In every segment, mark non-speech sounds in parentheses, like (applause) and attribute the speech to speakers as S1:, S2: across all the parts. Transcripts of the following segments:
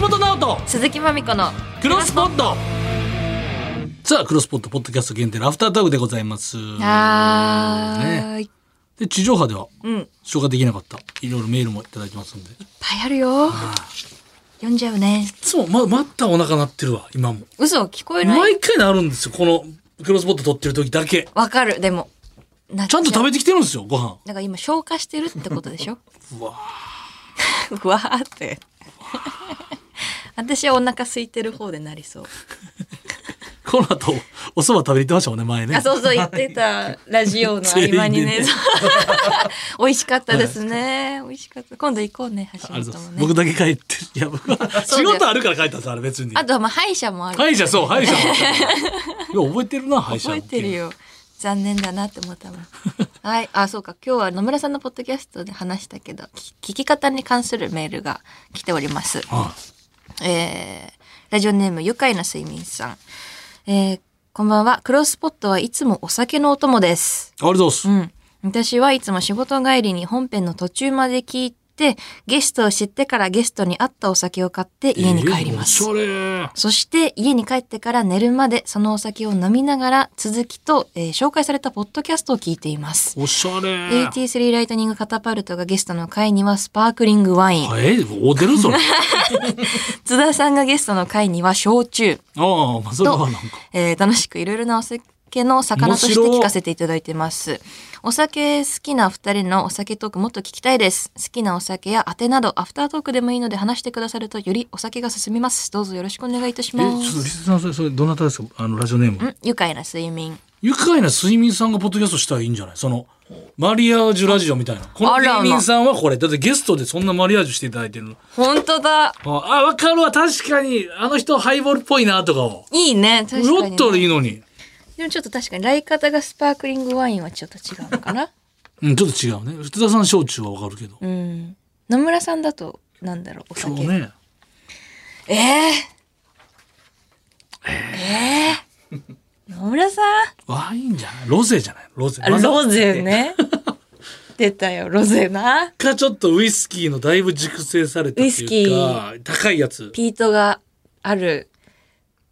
S1: 橋本直人
S2: 鈴木まみこの
S1: クロスポットさあクロスポットポッドキャスト限定のアフタータグでございます
S2: はーい、
S1: で地上波では
S2: うんいっ
S1: 消化できなかったいろいろメールもいただいてますんでい
S2: ぱいあるよ読んじゃうね
S1: つも、ま、待ったお腹鳴ってるわ今も
S2: 嘘聞こえない
S1: 毎回鳴るんですよこのクロスポット撮ってる時だけ
S2: わかるでもなっ
S1: ちゃんと食べてきてるんですよご飯
S2: だから今消化してるってことでし
S1: (laughs)
S2: ょ
S1: うわー
S2: うわーって (laughs) 私はお腹空いてる方でなりそう
S1: この後お蕎麦食べに行ってましたもんね前ね
S2: あそうそう言ってたラジオの合間に
S1: 全員で
S2: ね
S1: ね
S2: (laughs) 美味しかったですね美味しかった今度行こうね橋
S1: ありがとうご
S2: 本
S1: ざいます
S2: も
S1: 僕だけ
S2: ね
S1: 帰って、いや、僕は
S2: そう
S1: 仕
S2: だよ
S1: 事あるから帰ったんです、あれ別に。
S2: あとはまあ歯医者もある
S1: 歯医者、そう、歯医者も。
S2: (laughs)
S1: いや、覚えてるな、歯医者。
S2: 覚えてる。よ残念だなって思ったもん (laughs) はいあそうか今日は野村さんのポッドキャストで話したけど聞聞き方に関するメールが来ております
S1: は
S2: えーラジオネーム愉快な睡眠さんえーこんばんはクロスポットはいつもお酒のお供です
S1: い。ありがとうござ
S2: う
S1: いま
S2: ん。私はいつも仕事帰りに本編の途中まで聞いて、ゲストを知ってからゲストに合ったお酒を買って
S1: す。
S2: 家に帰ります。
S1: えーおしゃれ。
S2: そして家に帰ってから寝るまでそのお酒を飲みながら続きと、えー紹介されたポッドキャストを聞いています。
S1: おしゃれ。
S2: 83ライトニングカタパルトがゲストの回にはスパークリングワイン。
S1: あえー、お出る
S2: (laughs)
S1: それ。あ
S2: 津田さんがゲストの回には焼酎。
S1: あ、まあ、それはなんか。
S2: えー楽しくいろいろなお酒の魚として聞かせていただいてます。お酒好きな二人のお酒トークもっと聞きたいです。好きなお酒や当てなどアフタートークでもいいので話してくださるとよりお酒が進みます。どうぞよろしくお願いいたし
S1: え、ちょっ
S2: ま
S1: とリ
S2: す。
S1: スナーさん、それ、どなたですかあの、ラジオネーム。
S2: ん愉快な睡眠。
S1: 愉快な睡眠さんがポッドキャストしたらいいんじゃないその、マリアージュラジオみたいな。この
S2: あらま
S1: 芸人さんはこれ。だってゲストでそんなマリアージュしていただいてるの。
S2: 本当だ。
S1: あ、あわかるわ。確かに、あの人ハイボールっぽいな、とかを。
S2: いいね。確かに、
S1: 酔
S2: ね。
S1: ったらいいのに。
S2: でもちょっと確かに、来方がスパークリングワインはちょっと違うのかな
S1: うん、ちょっと違うね。福田さん焼酎はわかるけど。
S2: うん。野村さんだと、なんだろう、お
S1: 今
S2: 酒。
S1: 日ね。
S2: えー、えー、野村さん
S1: ワインじゃないロゼじゃないロゼ。
S2: あ
S1: まだ
S2: ロゼ。ね。
S1: (laughs)
S2: 出たよ、ロゼな。
S1: か、ちょっとウイスキーのだいぶ熟成された
S2: ウ
S1: っ
S2: イ
S1: て
S2: ス
S1: い
S2: キ
S1: う
S2: ー
S1: か、高いやつ。
S2: ピートがある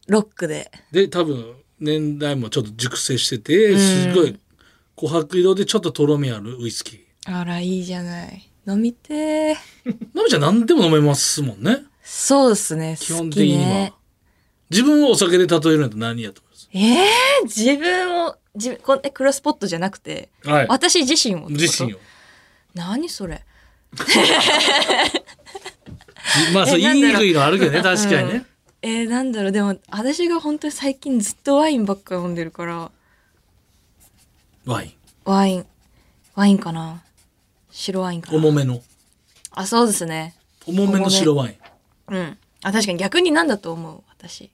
S2: ロックで。
S1: で、多分、年代もちょっと熟成してて、すごい、琥珀色でちょっととろみあるウイスキー。
S2: あら、いいじゃない。飲みてー
S1: ナミちゃん何でも飲めますもんね。
S2: そうですね、
S1: 基本的
S2: 好き
S1: には。
S2: ね。
S1: 自分をお酒で例えるのと何やと思います
S2: えー、自分を、自分こんえ、クロスポットじゃなくて、
S1: はい。
S2: 私自身を。
S1: 自身を。。
S2: 何それ。
S1: まあ、そう、
S2: え
S1: 言い
S2: なんだろう
S1: にくいのはあるけどね、確かにね。
S2: えー、なんだろう、でも、私が本当に最近ずっとワインばっか飲んでるから、
S1: ワイン。
S2: ワイン、ワインかな。白ワインかな。
S1: 重めの。
S2: あ、そうですね。
S1: 重めの白ワイン。
S2: うん。あ、確かに逆になんだと思う、私。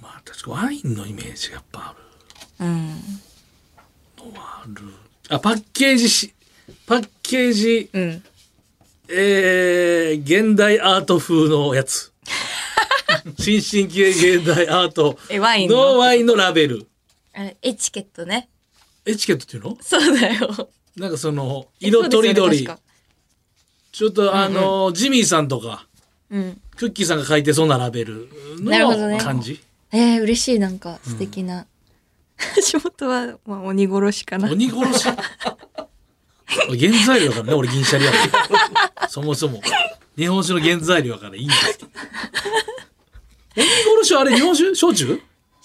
S1: まあ確かワインのイメージがやっぱある
S2: うん。
S1: あパッケージしパッケージ
S2: うん。
S1: えー、現代アート風のや
S2: (laughs)
S1: つ新進気鋭現代アート
S2: え、ワイン
S1: の
S2: の。
S1: ワインのラベル
S2: あれエチケットね。
S1: エチケットっていうの
S2: そうだよ。
S1: なんかその (laughs) 色とりど
S2: そうです
S1: り
S2: よね
S1: ちょっとあの、ジミーさんとか
S2: 確か
S1: クッキーさんが書いてそうなラベル
S2: なるほど
S1: の
S2: ね
S1: 感じ、
S2: うん。えー、嬉しい、なんか素敵な。 (laughs) 仕事は、まあ、鬼殺しかな。
S1: 鬼殺し原材料だからね俺銀シャリや
S2: (laughs)
S1: からそもそも日本酒の原材料だからいいんですけど鬼殺しはあれ日本酒焼酎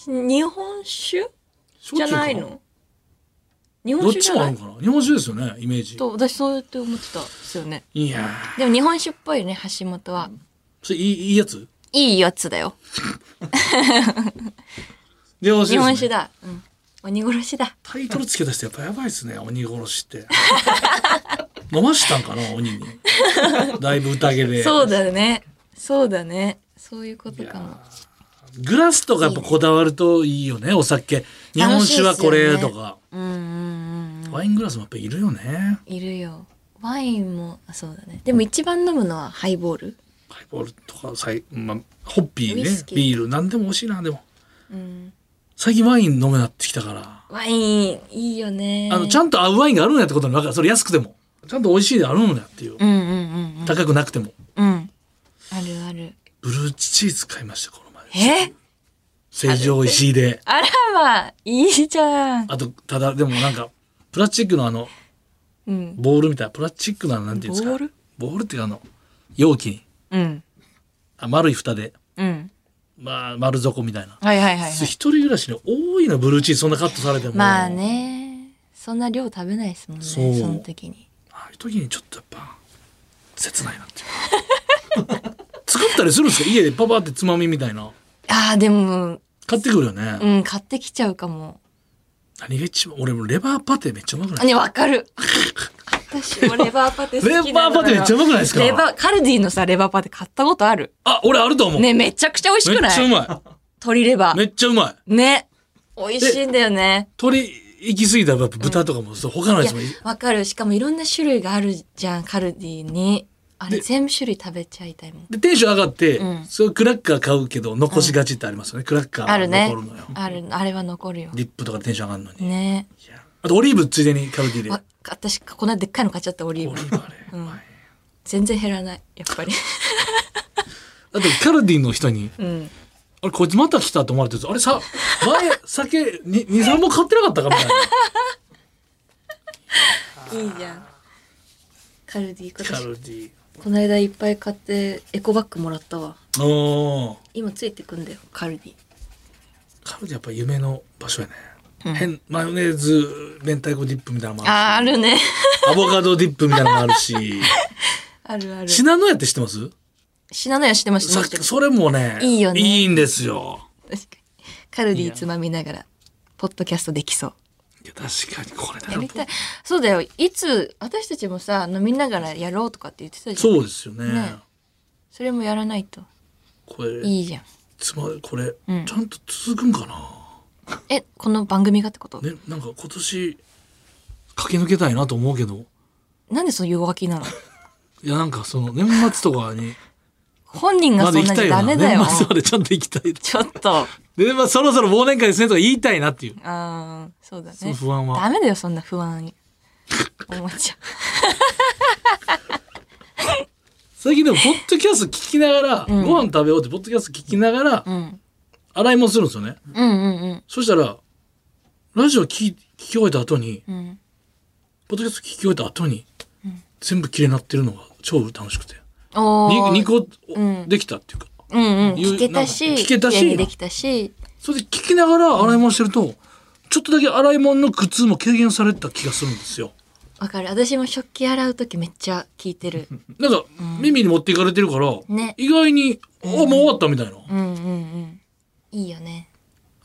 S2: 日本酒
S1: 焼酎
S2: じ
S1: か
S2: ゃないの日
S1: ど
S2: 本
S1: っ
S2: 酒じ
S1: ち
S2: ゃ
S1: もあ
S2: な
S1: るの
S2: い
S1: かな日本酒ですよねイメージ
S2: と、私そうやって思ってたですよね。
S1: いや
S2: でも日本酒っぽいね、橋本は。
S1: ーそれいいいいやつ
S2: いいやつだよ。
S1: 日本酒,、
S2: 日
S1: ね、
S2: 本酒だ。うん。鬼殺しだ。
S1: タイトルつけた人やっぱやばいですね鬼殺しって
S2: (laughs)
S1: 飲ましたんかな鬼にだいぶ宴で
S2: そうだね。そうだね。そういうことか
S1: い
S2: も。
S1: グラスとかやっぱこだわるといいよねお酒日本酒はこれとか、
S2: うんうんうんうん。
S1: ワイングラスもやっぱいるよね
S2: いるよ。ワインも、あそうだね。でも一番飲むのはハイボール。
S1: ハイボールとかさい、まあ、ホッピーね
S2: ウイスキー
S1: ビール何でも美味しいなでも
S2: うん。
S1: 最近ワイン飲めなってきたから
S2: ワイン、いいよね。
S1: あのちゃんと合うワインがあるんやってことに分かるそれ安くてもちゃんと美味しいであるんやっていう、
S2: うんうんうん
S1: 高くなくても
S2: うん。うん。あるある。
S1: ブルーチーズ買いました、この前。
S2: え
S1: 成城石井で。
S2: あらま、いいじゃん。
S1: あと、ただ、でもなんか、プラスチックのあの、
S2: うん。
S1: ボールみたいな、プラスチックのあのなんていうんですか。
S2: ボール
S1: ボールっていうかあの、容器に、
S2: うん。
S1: あ丸い蓋で、
S2: うん。
S1: まあ、丸底みたいな。
S2: はいはいはい、は
S1: 一
S2: い。
S1: 人暮らしに多いの、ブルーチーズそんなカットされても。
S2: まあ。ね。そんな量食べないですもんね。
S1: そう
S2: その時に。
S1: ああいう時にちょっとやっぱ、切ないなっていうか作ったりするんですか家でパパってつまみみたいな。
S2: ああ、でも、
S1: 買ってくるよね。
S2: うん、買ってきちゃうかも。
S1: 何が一番、俺もレバーパテめっちゃうまくない
S2: あね、わかる。私もレバーパテ好きなのよ
S1: レバーパテめっちゃうまくないですか
S2: レバー、カルディのさ、レバーパテ買ったことある。
S1: あ、俺あると思う。
S2: ね、めちゃくちゃ美味し
S1: め
S2: く
S1: っ
S2: な
S1: ちゃう
S2: い
S1: ま
S2: 鶏レバ
S1: い。め
S2: ー。
S1: っちゃうまい。
S2: ね。美味しいんだよね。
S1: 鳥行き過ぎたらやっぱ豚とかもそう他のや
S2: いや
S1: つもいい。、
S2: わかる。しかもいろんな種類があるじゃん、カルディに。あれ、
S1: で
S2: 全部種類食べちゃいたいもん。
S1: でテンション上がって、
S2: うん
S1: そうクラッカー買うけど残しがちってありますよね。クラッカー
S2: あるね
S1: 残るのよ。。
S2: ある、あれは残るよ。
S1: リップとかでテンション上がるのに。
S2: ね。
S1: いやあとオリーブついでにカルディで。
S2: わ
S1: オ
S2: 私、こんなでっかいの買っちゃったオリー
S1: リ
S2: ブ。
S1: ーブあれ。
S2: うん
S1: はい
S2: 全然減らない。やっぱり。
S1: あとカルディの人に、
S2: うん。
S1: あれこいつまた来たと思われてるんですあれさ、前酒2、3本買ってなかったかみたいな。
S2: いいじゃん。カルディ、今
S1: カ
S2: 年
S1: ルディ。
S2: この間いっぱい買ってエコバッグもらったわ
S1: おー
S2: 今ついてくんだよカルディ
S1: カルディやっぱ夢の場所やね。
S2: うん
S1: 変マヨネーズ明太子ディップみたいなのもあるし。
S2: あーあるね
S1: アボカドディップみたいなのもあるし。
S2: (laughs) あるある
S1: シナノヤって知ってます
S2: 死なのよしてました
S1: さ
S2: 知ってまし
S1: それもね、
S2: いいよね
S1: いいんですよ。
S2: た確かにカルディつまみながらポッドキャストできそう
S1: いや確かにこれだ
S2: や
S1: よ
S2: りたいそうだよいつ私たちもさ飲みながらやろうとかって言ってたじゃん
S1: そうですよね。
S2: ねそれもやらないと
S1: これ、
S2: いいじゃん
S1: つま、これ、
S2: うん
S1: ちゃんと続くんかな、
S2: えこの番組がってこと、
S1: ね、なんか今年、駆け抜けたいなと思うけど、
S2: なんでその弱気なの
S1: いやなんかその年末とかに、
S2: 本人が
S1: ま
S2: そ
S1: で
S2: ん
S1: 行
S2: な
S1: きたい
S2: じゃ
S1: よ
S2: ダ
S1: な。
S2: メだよ
S1: 年末までちゃんと行きたい。
S2: ちょっと
S1: で、まあそろそろ忘年会ですねとか言いたいなっていう。
S2: あーそうだね
S1: その不安は
S2: ダメだよそんな不
S1: (laughs)
S2: 安に思っちゃう
S1: 最近でも、ポッドキャスト聞きながら、
S2: うん
S1: ご飯食べようって、ポッドキャスト聞きながら、
S2: うん。
S1: 洗い物するんですよね。
S2: うんうん
S1: そしたら、ラジオ聞き聞き終えた後に、
S2: うん。うん。
S1: ポッドキャスト聞き終えた後に、
S2: うん
S1: 全部綺麗になってるのが超楽しくて。
S2: おー
S1: 2, 個
S2: うん
S1: できたっていうか。
S2: うんうん。
S1: 言う
S2: 聞けたし、
S1: なんか聞けたし
S2: 綺麗にできたし、
S1: それで聞きながら洗い物してると、ちょっとだけ洗い物の苦痛も軽減された気がするんですよ。
S2: わかる。私も食器洗うときめっちゃ聞い
S1: (laughs)
S2: てる。
S1: なんか、耳に持っていかれてるから、
S2: ね
S1: 意外に、あ、もう終わったみたいな。
S2: うんうんうん。いいよね。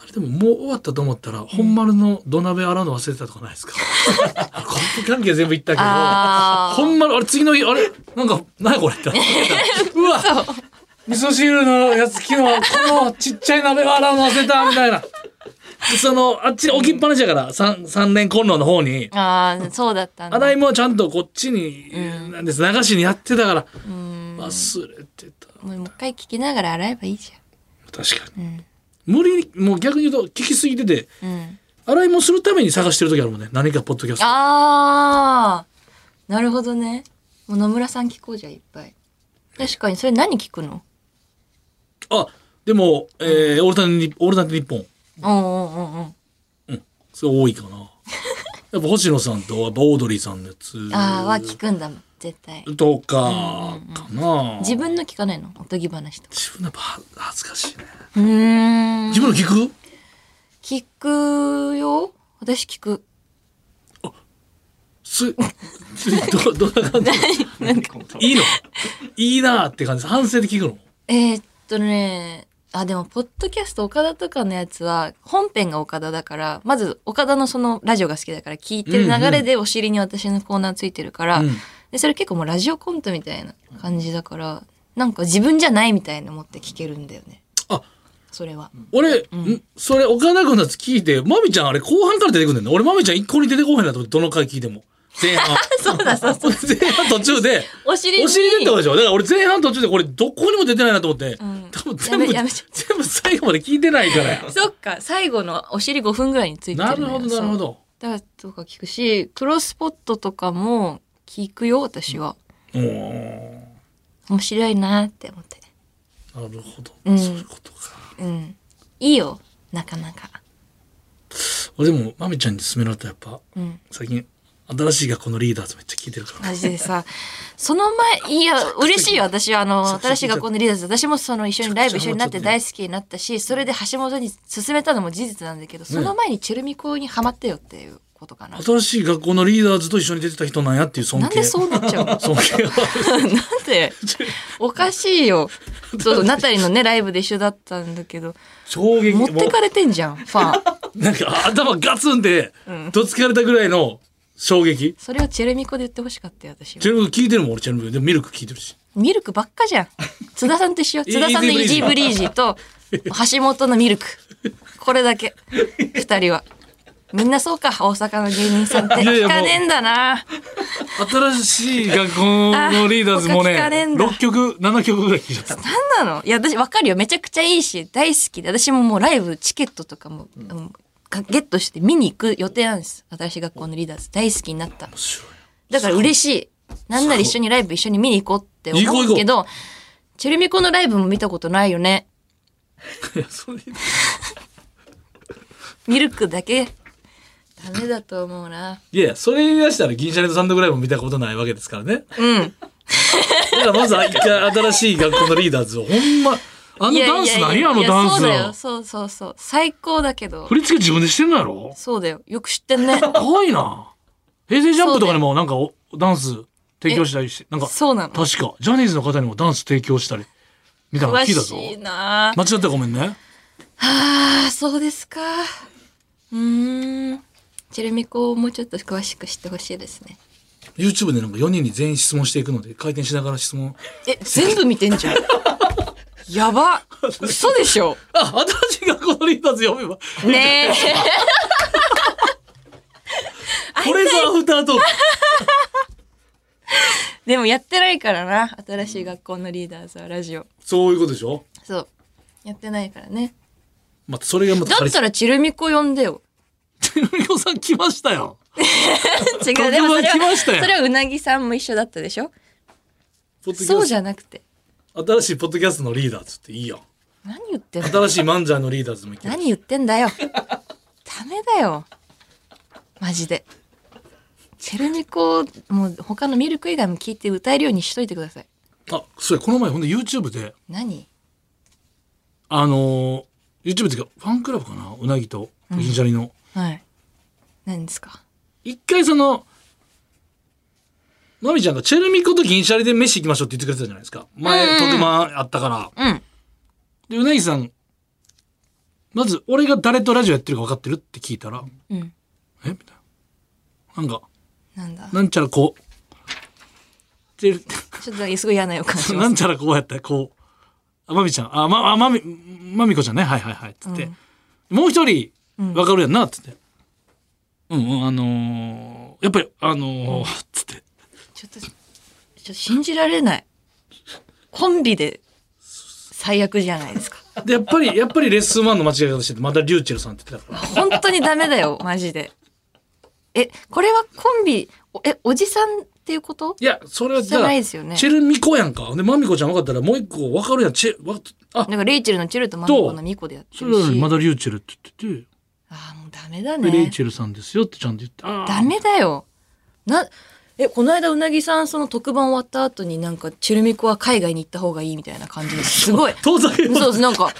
S1: あれでももう終わったと思ったら、本丸の土鍋洗うの忘れてたとかないですか (laughs) あコップ関係全部いったけど、
S2: あー
S1: 本 (laughs) 丸、あれ次の日、あれなんか、なにこれって。
S2: (laughs)
S1: うわ味噌汁のやつ昨日、このちっちゃい鍋を洗うの忘れた、みたいな。でその、あっちに置きっぱなしだから、三三連コンロの方に。
S2: ああ、そうだったんだ。
S1: 洗いもちゃんとこっちに、
S2: うん
S1: なんです、流しにやってたから、
S2: うん。も
S1: 忘れてた。
S2: うもう一回聞きながら洗えばいいじ
S1: 確かに。
S2: ゃん。うん。
S1: 無理に、もう逆に言うと、聞きすぎてて、
S2: うん。
S1: 洗いもするために探してる時あるもんね。何かポッドキャスト。
S2: ああ、なるほどね。もう野村さん聞こうじゃんいっぱい。確かに、それ何聞くの
S1: あ、でも、えー、オールナイトニッオールナイトニッポン。
S2: うんうんうんうん。
S1: それ多いかな。やっぱ星野さんと、やっぱオードリーさんのやつ。
S2: ああ、は聞くんだもん、絶対。
S1: とか、かな。
S2: 自分の聞かないのおとぎ話とか。
S1: 自分のやっぱは恥ずかしいね。
S2: うーん
S1: 自。分の聞く
S2: 聞くよ私聞く。
S1: す、ど、どんな
S2: (laughs)
S1: 感じいいのいいなーって感じ。反省で聞くの
S2: えーっとね、あ、でも、ポッドキャスト岡田とかのやつは、本編が岡田だから、まず岡田のそのラジオが好きだから、聞いてる流れでお尻に私のコーナーついてるから、
S1: うん
S2: で、それ結構もうラジオコントみたいな感じだから、なんか自分じゃないみたいな思って聞けるんだよね。
S1: あ、
S2: それは。
S1: 俺、んそれ、岡田君のやつ聞いて、まみちゃんあれ後半から出てくるんだよね。俺、まみちゃん一向に出てこへんなと思って、どの回聞いても。前
S2: (laughs)
S1: 半。そうだ、そうそう。 (laughs) 前半途中で、
S2: お尻に。
S1: お尻出てたでしょだから俺前半途中でこれどこにも出てないなと思って、
S2: ん
S1: 多分全部
S2: やめやめちゃ
S1: 全部最後まで聞いてないから
S2: (laughs)
S1: や
S2: そっか、最後のお尻5分ぐらいについてる
S1: な
S2: のよ
S1: るほどなるほど
S2: だからとか聞くしクロスポットとかも聞くよ私は
S1: おー
S2: 面白いなって思って
S1: なるほど、
S2: うん
S1: そういうことか
S2: うん。いいよ、なかなか。
S1: 俺でもまみちゃんに勧められたやっぱ
S2: うん。
S1: 最近新しい学校のリーダーズめっちゃ聞いてるから
S2: マジでさ、 (laughs) その前、いや、嬉しいよ、私は、あの、新しい学校のリーダーズ、私もその一緒にライブ一緒になって大好きになったし、それで橋本に勧めたのも事実なんだけど、その前にチェルミコにハマったよっていうことかな。
S1: 新しい学校のリーダーズと一緒に出てた人なんやっていう尊敬
S2: なんでそうなっちゃうの
S1: 尊敬は
S2: なんでおかしいよ。そうそう、ナタリのね、ライブで一緒だったんだけど、
S1: 衝撃
S2: 持ってかれてんじゃん、ファン。
S1: なんか頭ガツンで
S2: うん
S1: どつかれたぐらいの衝撃
S2: それをチェルミコで言ってほしかったよ、私は
S1: チェ。ルム聞いてるもん俺チェルムでもミルク聞いてるし
S2: ミルクばっかじゃん。津田さんと一緒。津田さんのイージーブリージーと、橋本のミルク。これだけ。二人は。みんなそうか、大阪の芸人さんって。
S1: いやいや
S2: 聞かねえんだな。
S1: 新しい学校のリーダーズもね
S2: あ他聞かねえんだ
S1: 6曲7曲ぐらい聞いちゃった
S2: なんなのいや、私わかるよ。めちゃくちゃいいし、大好きで。私ももうライブ、チケットとかも、うんかゲットして見に行く予定なんです。新しい学校のリーダーズ。大好きになった。だから嬉しい。なんなら一緒にライブ一緒に見に行こうって思うけど、チェルミコのライブも見たことないよね。
S1: いやそれ
S2: ミルクだけダメだと思うな。
S1: いやいやそれ言い出したら銀シャリのサンドぐらいも見たことないわけですからね
S2: うん。
S1: だからまずは一回新しい学校のリーダーズをほんまあのダンス何
S2: い
S1: あ
S2: い
S1: の
S2: い
S1: ダン
S2: そう
S1: ス
S2: だよ。
S1: は
S2: そうそうそう。最高だけど
S1: 振。り付け自分でしてんのやろ
S2: (laughs) そうだよ。よく知ってんね。
S1: かわいいな平成ジャンプとかにもなんかおダンス提供したりしてなんか
S2: そうなの。
S1: 確かジャニーズの方にもダンス提供したりみたいなの
S2: 詳
S1: 聞いたぞ
S2: しいな。
S1: 間違ったらごめんね
S2: ああ、そうですか。うーん。チェルミコをもうちょっと詳しく知ってほしいですね。
S1: YouTube でなんか4人に全員質問していくので回転しながら質問
S2: え、全部見てんじゃん。 (laughs) やば。嘘でしょ。
S1: あ新しい学校のリーダーズ読めば
S2: ねえ。
S1: これぞアフタートーク
S2: でもやってないからな。新しい学校のリーダーズはラジオ。
S1: そういうことでしょ
S2: そう。やってないからね。
S1: まあ、それがまた
S2: だ
S1: カリ
S2: っ
S1: ス
S2: たらチルミコ呼んで (laughs) よ。
S1: テルミコさん来ましたよ
S2: 違う、でもそれ
S1: 特番来ま
S2: は、
S1: した
S2: そ
S1: よ
S2: れはうなぎさんも一緒だったでしょ
S1: ポッドキャスト
S2: そうじゃなくて。
S1: 新しいポッドキャストのリーダーズっていいやん
S2: 何言ってんの
S1: 新しい漫才のリーダーズ (laughs) もいける
S2: 何言ってんだよ。ダメだよ。マジで。チェルミコ、もう他のミルク以外も聞いて歌えるようにしといてください。
S1: あそうやこの前ほんで YouTube で
S2: 何
S1: あのー、YouTube っていうかファンクラブかなうなぎと銀シャリの、
S2: はい。何ですか
S1: 一回そのまみちゃんがチェルミコと銀シャリで飯行きましょうって言ってくれてたじゃないですか前、
S2: うんうん
S1: 特番あったから
S2: うん。
S1: でうなぎさんまず俺が誰とラジオやってるか分かってるって聞いたら
S2: うん。
S1: えみたいななんか
S2: なんだ。
S1: なんちゃらこうチェル
S2: ちょっとすごい嫌な予感しま
S1: な
S2: す。
S1: んちゃらこうやったこう、あ、まみちゃん、あ、ま、あ、まみ、まみこちゃんね、はいはいはい、つって。もう一人、わかるやんな、つって。うん、うん、あのーやっぱり、あのーつって。
S2: ちょっと、ちょっと信じられない。コンビで最悪じゃないですか。
S1: で、やっぱり、やっぱりレッスン1の間違い方してて、またリューチェルさんって言ってたから。
S2: 本当にダメだよ、マジで。え、これはコンビ、おえ、おじさんっていうこと
S1: いや、それは、
S2: じゃないですよね
S1: チェルミコやんか。で、まみこちゃん分かったら、もう一個分かるやん、チェ、わあ、
S2: (laughs) なんかレイチェルのチェルとマミコのミコでやって
S1: そ
S2: る
S1: れなのに
S2: し。
S1: まだリューチェルって言ってて、
S2: ああ、もうダメだ
S1: でレイ
S2: ね。
S1: チェルさんですよってちゃんと言って、あー
S2: ダメだよ。な、え、この間うなぎさんその特番終わった後になんかチェルミコは海外に行った方がいいみたいな感じです。すごい。
S1: 遠ざけよう
S2: そうです、なんか。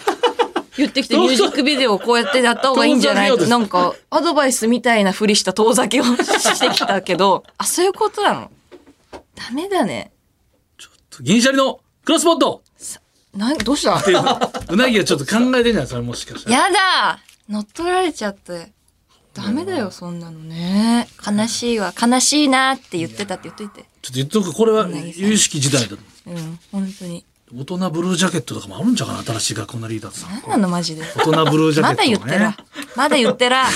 S2: 言って
S1: (laughs)
S2: きてミュージックビデオをこうやってやった方がいいんじゃない
S1: 遠ざけよう
S2: と
S1: として
S2: なんかアドバイスみたいなふりした遠ざけをしてきたけどあそういうことなのダメだね
S1: 銀シャリのクロスポット
S2: なんどうした
S1: っていう、うなぎはちょっと考えてんじゃないそれもしかしたら。
S2: やだ乗っ取られちゃってダメだよそんなのね悲しいわ悲しいなって言ってたって言っといて
S1: ちょっと言っとくこれは
S2: うなぎさん
S1: 有識時代だと
S2: うん本当に
S1: 大人ブルージャケットとかもあるんじゃかな新しい学校のリーダーズさん
S2: 何なのマジで
S1: 大人ブルージ
S2: ま
S1: ャケ
S2: だ
S1: ッ
S2: 言
S1: ト
S2: っ
S1: も
S2: て
S1: ね
S2: らまだ言って (laughs) ら
S1: (laughs)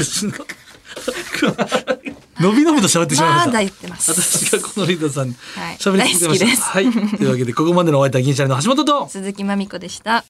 S1: 伸び伸びと喋ってしまいま
S2: ま
S1: し
S2: だ
S1: た
S2: 言ってます
S1: 新しい学校のリーダーズさんに
S2: はい
S1: 喋り続けました、
S2: 大好きで
S1: は
S2: す
S1: い、というわけでここまでのお相手は銀シャリの橋本と
S2: 鈴木まみこでした